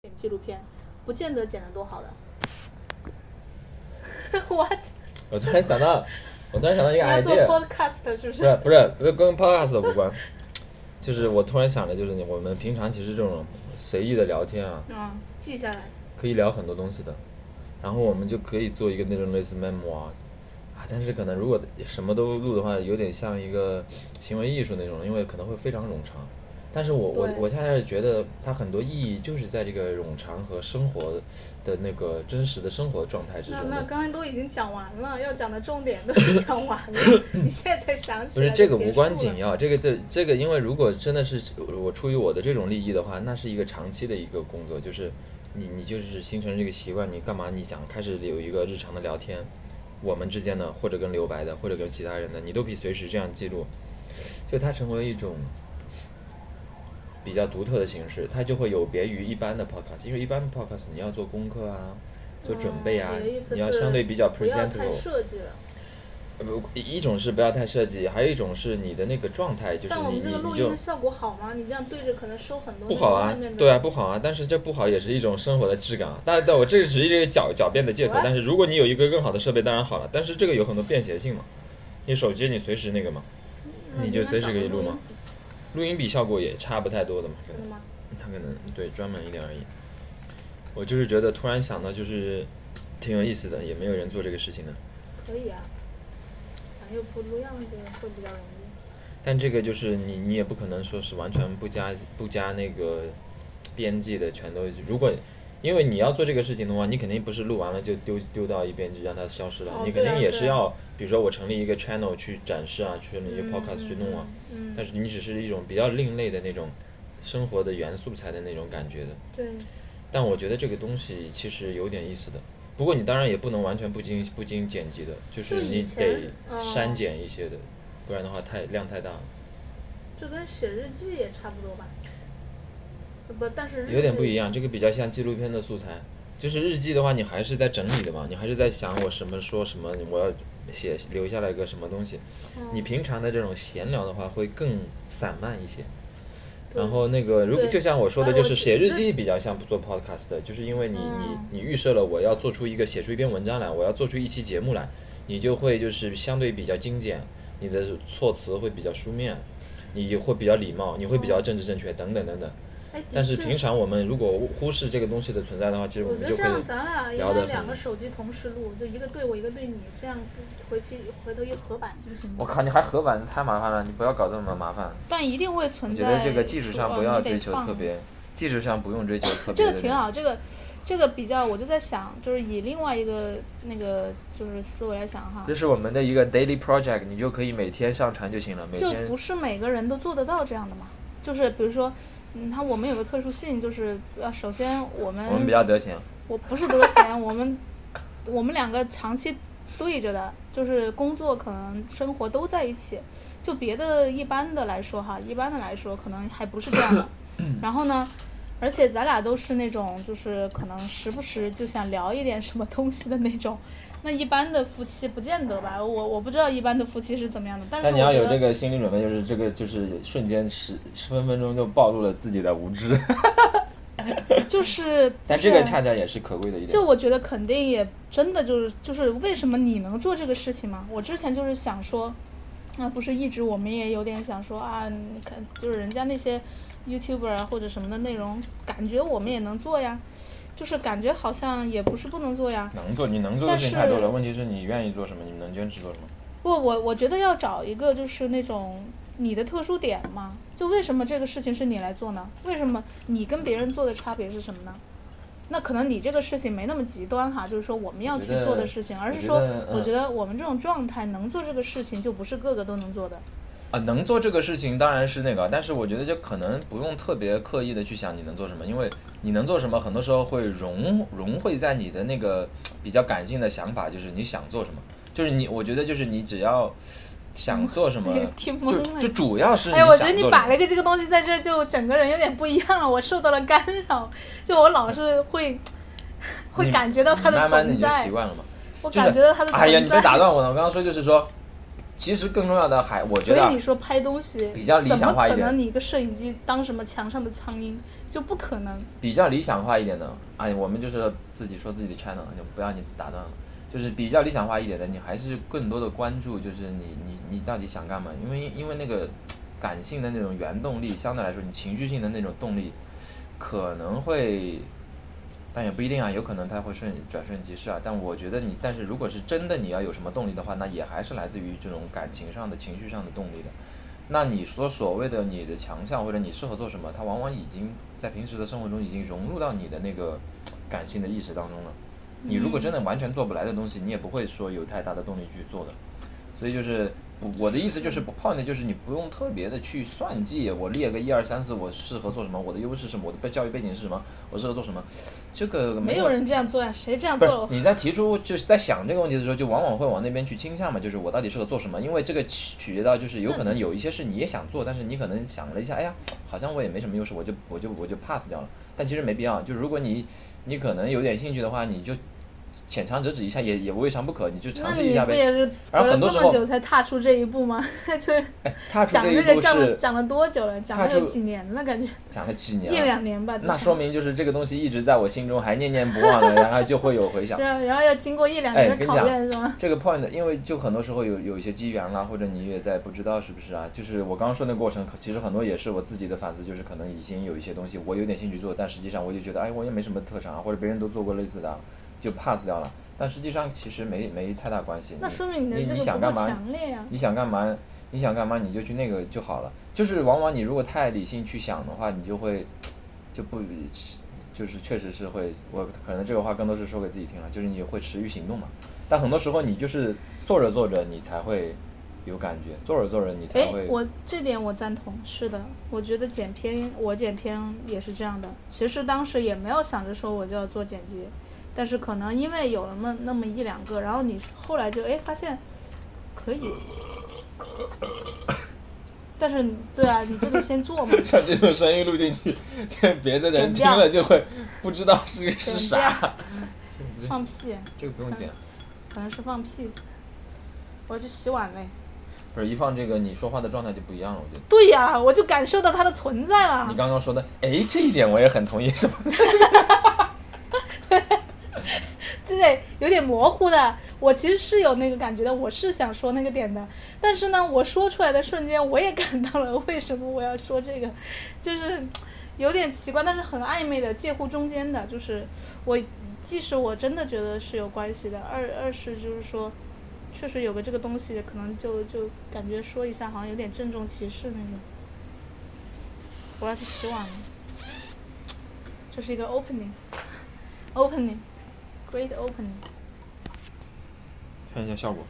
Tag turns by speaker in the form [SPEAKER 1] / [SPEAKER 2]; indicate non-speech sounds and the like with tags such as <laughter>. [SPEAKER 1] 剪纪录片，不见得剪得多好的。What？
[SPEAKER 2] 我突然想到，我突然想到一
[SPEAKER 1] 你
[SPEAKER 2] 哎个
[SPEAKER 1] 要做
[SPEAKER 2] idea，
[SPEAKER 1] podcast 是不是？
[SPEAKER 2] 不是不是不是跟 podcast 无关，就是我突然想着，就是你我们平常其实这种随意的聊天啊，
[SPEAKER 1] 嗯，记下来。
[SPEAKER 2] 可以聊很多东西的，然后我们就可以做一个那种类似 memo 啊，啊，但是可能如果什么都录的话，有点像一个行为艺术那种，因为可能会非常冗长。但是我我
[SPEAKER 1] 对
[SPEAKER 2] 我现在是觉得它很多意义就是在这个冗长和生活的那个真实的生活状态之
[SPEAKER 1] 那
[SPEAKER 2] 中
[SPEAKER 1] 那
[SPEAKER 2] 的。
[SPEAKER 1] 刚才都已经讲完了，要讲的重点都讲完
[SPEAKER 2] <laughs>
[SPEAKER 1] 了，你现在才想起
[SPEAKER 2] 不
[SPEAKER 1] 来
[SPEAKER 2] 是
[SPEAKER 1] 就
[SPEAKER 2] 这个
[SPEAKER 1] 结
[SPEAKER 2] 无
[SPEAKER 1] 束
[SPEAKER 2] 关
[SPEAKER 1] 了
[SPEAKER 2] 紧要，这个这这个，因为如果真的是我出于我的这种利益的话，那是一个长期的一个工作，就是你你就是形成这个习惯，你干嘛你想开始有一个日常的聊天，我们之间的或者跟留白的或者跟其他人的，你都可以随时这样记录，就它成为一种比较独特的形式，它就会有别于一般的 podcast，因为一般的 podcast 你要做功课啊，做准备啊，
[SPEAKER 1] 嗯你的意思
[SPEAKER 2] 你要
[SPEAKER 1] 是
[SPEAKER 2] 相对比较
[SPEAKER 1] 不要太
[SPEAKER 2] presentable。
[SPEAKER 1] 设计了。
[SPEAKER 2] 呃不，一一种是不要太设计，还有一种是你的那个状态，就是
[SPEAKER 1] 但我
[SPEAKER 2] 你
[SPEAKER 1] 们这
[SPEAKER 2] 你
[SPEAKER 1] 个录
[SPEAKER 2] 你
[SPEAKER 1] 音
[SPEAKER 2] 就
[SPEAKER 1] 的效果好吗？你这样对着可能收很多
[SPEAKER 2] 不好
[SPEAKER 1] 那
[SPEAKER 2] 啊
[SPEAKER 1] 个外面，的
[SPEAKER 2] 对啊，不好啊。但是这不好也是一种生活的质感啊。但但我这只是一个狡狡辩的借口。
[SPEAKER 1] What？
[SPEAKER 2] 但是如果你有一个更好的设备，当然好了。但是这个有很多便携性嘛，你手机你随时那个嘛，
[SPEAKER 1] 那
[SPEAKER 2] 你就
[SPEAKER 1] 应该
[SPEAKER 2] 随时
[SPEAKER 1] 找
[SPEAKER 2] 可以
[SPEAKER 1] 个
[SPEAKER 2] 录
[SPEAKER 1] 音
[SPEAKER 2] 嘛录音笔效果也差不太多的嘛，可
[SPEAKER 1] 真
[SPEAKER 2] 能
[SPEAKER 1] 的吗？
[SPEAKER 2] 它可能对专门一点而已。我就是觉得突然想到，就是挺有意思的，也没有人做这个事情的。
[SPEAKER 1] 可以啊，咱又不录样子会比较容易。
[SPEAKER 2] 但这个就是你，你也不可能说是完全不加不加那个编辑的，全都如果因为你要做这个事情的话，你肯定不是录完了就丢丢到一边就让它消失了，
[SPEAKER 1] 哦
[SPEAKER 2] 你肯
[SPEAKER 1] 对啊
[SPEAKER 2] 定也是
[SPEAKER 1] 对啊
[SPEAKER 2] 要，比如说我成立一个 channel 去展示啊，去一个 podcast 去弄啊，
[SPEAKER 1] 嗯，嗯，
[SPEAKER 2] 但是你只是一种比较另类的那种生活的元素材的那种感觉的。
[SPEAKER 1] 对，
[SPEAKER 2] 但我觉得这个东西其实有点意思的。不过你当然也不能完全不经不经剪辑的，就是
[SPEAKER 1] 就以
[SPEAKER 2] 你
[SPEAKER 1] 前
[SPEAKER 2] 得
[SPEAKER 1] 嗯
[SPEAKER 2] 删减一些的，不然的话太量太大了。
[SPEAKER 1] 就跟写日记也差不多吧。呃不，但是日
[SPEAKER 2] 有点
[SPEAKER 1] 记
[SPEAKER 2] 不一样，这个比较像纪录片的素材。就是日记的话，你还是在整理的嘛，你还是在想我什么说什么，我要写留下来一个什么东西。
[SPEAKER 1] 嗯
[SPEAKER 2] 你平常的这种闲聊的话，会更散漫一些。
[SPEAKER 1] 对
[SPEAKER 2] 然后那个，如果
[SPEAKER 1] 对
[SPEAKER 2] 就像我说的，
[SPEAKER 1] 哎
[SPEAKER 2] 就
[SPEAKER 1] 我
[SPEAKER 2] 是
[SPEAKER 1] 记
[SPEAKER 2] 写日
[SPEAKER 1] 这
[SPEAKER 2] 记比较像做 podcast 的，就是因为你
[SPEAKER 1] 嗯
[SPEAKER 2] 你你预设了我要做出一个写出一篇文章来，我要做出一期节目来，你就会就是相对比较精简，你的措辞会比较书面，你会比较礼貌，你会比较
[SPEAKER 1] 嗯
[SPEAKER 2] 政治正确等等等等。
[SPEAKER 1] 哎，的
[SPEAKER 2] 但是
[SPEAKER 1] 确
[SPEAKER 2] 平常我们如果忽视这个东西的存在的话，其实我
[SPEAKER 1] 我
[SPEAKER 2] 们
[SPEAKER 1] 觉
[SPEAKER 2] 就
[SPEAKER 1] 得这
[SPEAKER 2] 会
[SPEAKER 1] 样，咱俩应
[SPEAKER 2] 聊得
[SPEAKER 1] 该
[SPEAKER 2] 很
[SPEAKER 1] 两个手机同时录，就一个对我，一个对你，这样回去回头一合版就行了。
[SPEAKER 2] 靠，你还合板太麻烦了，你不要搞这么麻烦。
[SPEAKER 1] 但一定会存
[SPEAKER 2] 我
[SPEAKER 1] 在。哦
[SPEAKER 2] 觉得这个技术上不要追求特
[SPEAKER 1] 你得
[SPEAKER 2] 别，技术上不用追求
[SPEAKER 1] 放。
[SPEAKER 2] 特别。
[SPEAKER 1] 这个挺。好，这个这个比较，我就在想，就是以另外一个那个就是思维来想哈
[SPEAKER 2] 这，是我们的一个 daily project，你就可以每天上传就行了，每
[SPEAKER 1] 就
[SPEAKER 2] 天
[SPEAKER 1] 不是每个人都做得到这样的嘛。就是比如说，嗯，他我们有个特殊性，就是呃，首先我们
[SPEAKER 2] 我们比较得闲。
[SPEAKER 1] 我不是得闲， <laughs> 我们我们两个长期对着的，就是工作可能生活都在一起。就别的一般的来说哈，一般的来说可能还不是这样的。然后呢，而且咱俩都是那种就是可能时不时就想聊一点什么东西的那种。那一般的夫妻不见得吧，我我不知道一般的夫妻是怎么样的，但是
[SPEAKER 2] 但
[SPEAKER 1] 我
[SPEAKER 2] 你要
[SPEAKER 1] 觉
[SPEAKER 2] 有
[SPEAKER 1] 得
[SPEAKER 2] 这个心理准备，就是这个就是瞬间十分分钟就暴露了自己的无
[SPEAKER 1] <laughs>
[SPEAKER 2] 知，
[SPEAKER 1] 就是，
[SPEAKER 2] 但这
[SPEAKER 1] 是
[SPEAKER 2] 个恰恰也是可贵的一点
[SPEAKER 1] 就。我觉得肯定也真的就是就是为什么你能做这个事情嘛？我之前就是想说，那、不是一直我们也有点想说啊，你看就是人家那些 YouTuber 啊或者什么的内容，感觉我们也能做呀，就是感觉好像也不是不能做呀。
[SPEAKER 2] 能做，你能做的事情
[SPEAKER 1] 但
[SPEAKER 2] 太
[SPEAKER 1] 是
[SPEAKER 2] 多了，问题是你愿意做什么，你能坚持做什么。
[SPEAKER 1] 不，我我觉得要找一个就是那种你的特殊点嘛，就为什么这个事情是你来做呢？为什么你跟别人做的差别是什么呢？那可能你这个事情没那么极端哈，就是说我们要去
[SPEAKER 2] 觉得
[SPEAKER 1] 做的事情，而是
[SPEAKER 2] 觉
[SPEAKER 1] 说
[SPEAKER 2] 得
[SPEAKER 1] 我
[SPEAKER 2] 嗯
[SPEAKER 1] 觉得我们这种状态能做这个事情，就不是个个都能做的。，
[SPEAKER 2] 啊，能做这个事情当然是那个，但是我觉得就可能不用特别刻意的去想你能做什么，因为你能做什么，很多时候会融融汇在你的那个比较感性的想法，就是你想做什么，就是你，我觉得就是你只要想做什么
[SPEAKER 1] <laughs> 听懵
[SPEAKER 2] 嗯
[SPEAKER 1] 了。
[SPEAKER 2] 就就主要是你
[SPEAKER 1] 哎
[SPEAKER 2] 想
[SPEAKER 1] 呀，我
[SPEAKER 2] 做什
[SPEAKER 1] 觉
[SPEAKER 2] 么。
[SPEAKER 1] 得你摆了个这个东西在这儿，就整个人有点不一样了。我受到了干扰，就我老是会 <laughs> 会
[SPEAKER 2] 你
[SPEAKER 1] 感觉到它
[SPEAKER 2] 你
[SPEAKER 1] 的
[SPEAKER 2] 慢慢你
[SPEAKER 1] 存
[SPEAKER 2] 就
[SPEAKER 1] 在，
[SPEAKER 2] 习惯了嘛。哎
[SPEAKER 1] 我
[SPEAKER 2] 就是
[SPEAKER 1] 感觉到它的存在。
[SPEAKER 2] 哎呀，你在打断我呢！我刚刚说就是说，其实更重要的还，我觉
[SPEAKER 1] 所
[SPEAKER 2] 得啊
[SPEAKER 1] 以你说拍东西
[SPEAKER 2] 比较理想化
[SPEAKER 1] 怎么可
[SPEAKER 2] 一点
[SPEAKER 1] 能你一个摄影机当什么墙上的苍蝇就不可能？
[SPEAKER 2] 比较理想化一点的，哎，我们就是自己说自己的 channel，就不要你打断了。就是比较理想化一点的，你还是更多的关注，就是你你你到底想干嘛？因为因为那个感性的那种原动力，相对来说，你情绪性的那种动力可能会，但也不一定啊，有可能它会瞬转瞬即逝啊。但我觉得你，但是如果是真的你要有什么动力的话，那也还是来自于这种感情上的、情绪上的动力的。那你说所谓的你的强项或者你适合做什么，它往往已经在平时的生活中已经融入到你的那个感性的意识当中了。你如果真的完全做不来的东西，你也不会说有太大的动力去做的。所以就是不我的意思就是不泡呢，就是你不用特别的去算计，我列个一二三四，我适合做什么，我的优势是什么，我的背教育背景是什么，我适合做什么，这个
[SPEAKER 1] 没
[SPEAKER 2] 有
[SPEAKER 1] 有人这样做呀，谁这样
[SPEAKER 2] 不
[SPEAKER 1] 做
[SPEAKER 2] 是
[SPEAKER 1] 了？
[SPEAKER 2] 你在提出就是在想这个问题的时候，就往往会往那边去倾向嘛，就是我到底适合做什么？因为这个取取决到就是有
[SPEAKER 1] 嗯
[SPEAKER 2] 可能有一些事你也想做，但是你可能想了一下，哎呀，好像我也没什么优势，我就我就我就 pass 掉了。但其实没必要，就如果你你可能有点兴趣的话，你就浅尝辄止一下，也也未尝不可，你就尝
[SPEAKER 1] 那
[SPEAKER 2] 试一
[SPEAKER 1] 你
[SPEAKER 2] 下
[SPEAKER 1] 不
[SPEAKER 2] 呗。
[SPEAKER 1] 也是隔
[SPEAKER 2] 然后
[SPEAKER 1] 了
[SPEAKER 2] 很多
[SPEAKER 1] 这
[SPEAKER 2] 时
[SPEAKER 1] 么
[SPEAKER 2] 候
[SPEAKER 1] 久才踏出这一步吗？就是
[SPEAKER 2] 踏出
[SPEAKER 1] 讲
[SPEAKER 2] 这一
[SPEAKER 1] 这个
[SPEAKER 2] 步
[SPEAKER 1] 讲了
[SPEAKER 2] 是
[SPEAKER 1] 讲了多久了？讲
[SPEAKER 2] 踏
[SPEAKER 1] 了有
[SPEAKER 2] 出
[SPEAKER 1] 几年了？
[SPEAKER 2] <laughs>
[SPEAKER 1] 感觉
[SPEAKER 2] 讲了几
[SPEAKER 1] 一
[SPEAKER 2] 年了，
[SPEAKER 1] 两年吧。至
[SPEAKER 2] 那
[SPEAKER 1] 少
[SPEAKER 2] 说明就是这个东西一直在我心中还念念不忘的，然后就会有回响。
[SPEAKER 1] 然后然后要经过一两
[SPEAKER 2] 哎
[SPEAKER 1] 年的
[SPEAKER 2] 跟你
[SPEAKER 1] 考
[SPEAKER 2] 讲
[SPEAKER 1] 验是吗？
[SPEAKER 2] 这个 point，因为就很多时候有有一些机缘啦，或者你也在不知道是不是啊，就是我刚刚说那个过程，可其实很多也是我自己的反思，就是可能已经有一些东西我有点兴趣做，但实际上我就觉得，哎，我也没什么特长啊，或者别人都做过类似的啊，就 pass 掉了。但实际上其实没没太大关系。
[SPEAKER 1] 那
[SPEAKER 2] 你
[SPEAKER 1] 说明你的
[SPEAKER 2] 你
[SPEAKER 1] 这
[SPEAKER 2] 你
[SPEAKER 1] 个
[SPEAKER 2] 想
[SPEAKER 1] 不够
[SPEAKER 2] 干嘛
[SPEAKER 1] 强烈呀。
[SPEAKER 2] 你想干嘛，你想干嘛你就去那个就好了。就是往往你如果太理性去想的话，你就会就不就是确实是会，我可能这个话更多是说给自己听了，就是你会持续行动嘛。但很多时候你就是做着做着你才会有感觉，做着做着你才
[SPEAKER 1] 哎
[SPEAKER 2] 会，，
[SPEAKER 1] 我这点我赞同，是的，我觉得剪片，我剪片也是这样的。其实当时也没有想着说我就要做剪辑，但是可能因为有了那那么一两个，然后你后来就哎发现可以，但是你对啊，你就得先做 <laughs> 嘛
[SPEAKER 2] 像这种声音录进去， <laughs> 这别的人
[SPEAKER 1] 剪
[SPEAKER 2] 听
[SPEAKER 1] 掉
[SPEAKER 2] 了就会不知道是
[SPEAKER 1] 剪
[SPEAKER 2] 是
[SPEAKER 1] 掉
[SPEAKER 2] 啥。
[SPEAKER 1] 放屁，
[SPEAKER 2] <laughs> 这个不用剪，
[SPEAKER 1] 可能是放屁。我要去洗碗嘞。
[SPEAKER 2] 不是一放这个你说话的状态就不一样了，我觉得。
[SPEAKER 1] 对呀、我就感受到它的存在
[SPEAKER 2] 你
[SPEAKER 1] 了。
[SPEAKER 2] 刚刚说的，哎，这一点我也很同意，是吧？
[SPEAKER 1] 这得有点模糊的。我其实是有那个感觉的，我是想说那个点的，但是呢，我说出来的瞬间，我也感到了为什么我要说这个，就是嗯有点奇怪，但是很暧昧的，介乎中间的，就是我即使我真的觉得是有关系的，二二是就是说。确实有个这个东西，可能就就感觉说一下好像有点郑重其事那种。我要去洗碗了，这是一个 opening，opening，great opening。
[SPEAKER 2] 看一下效果。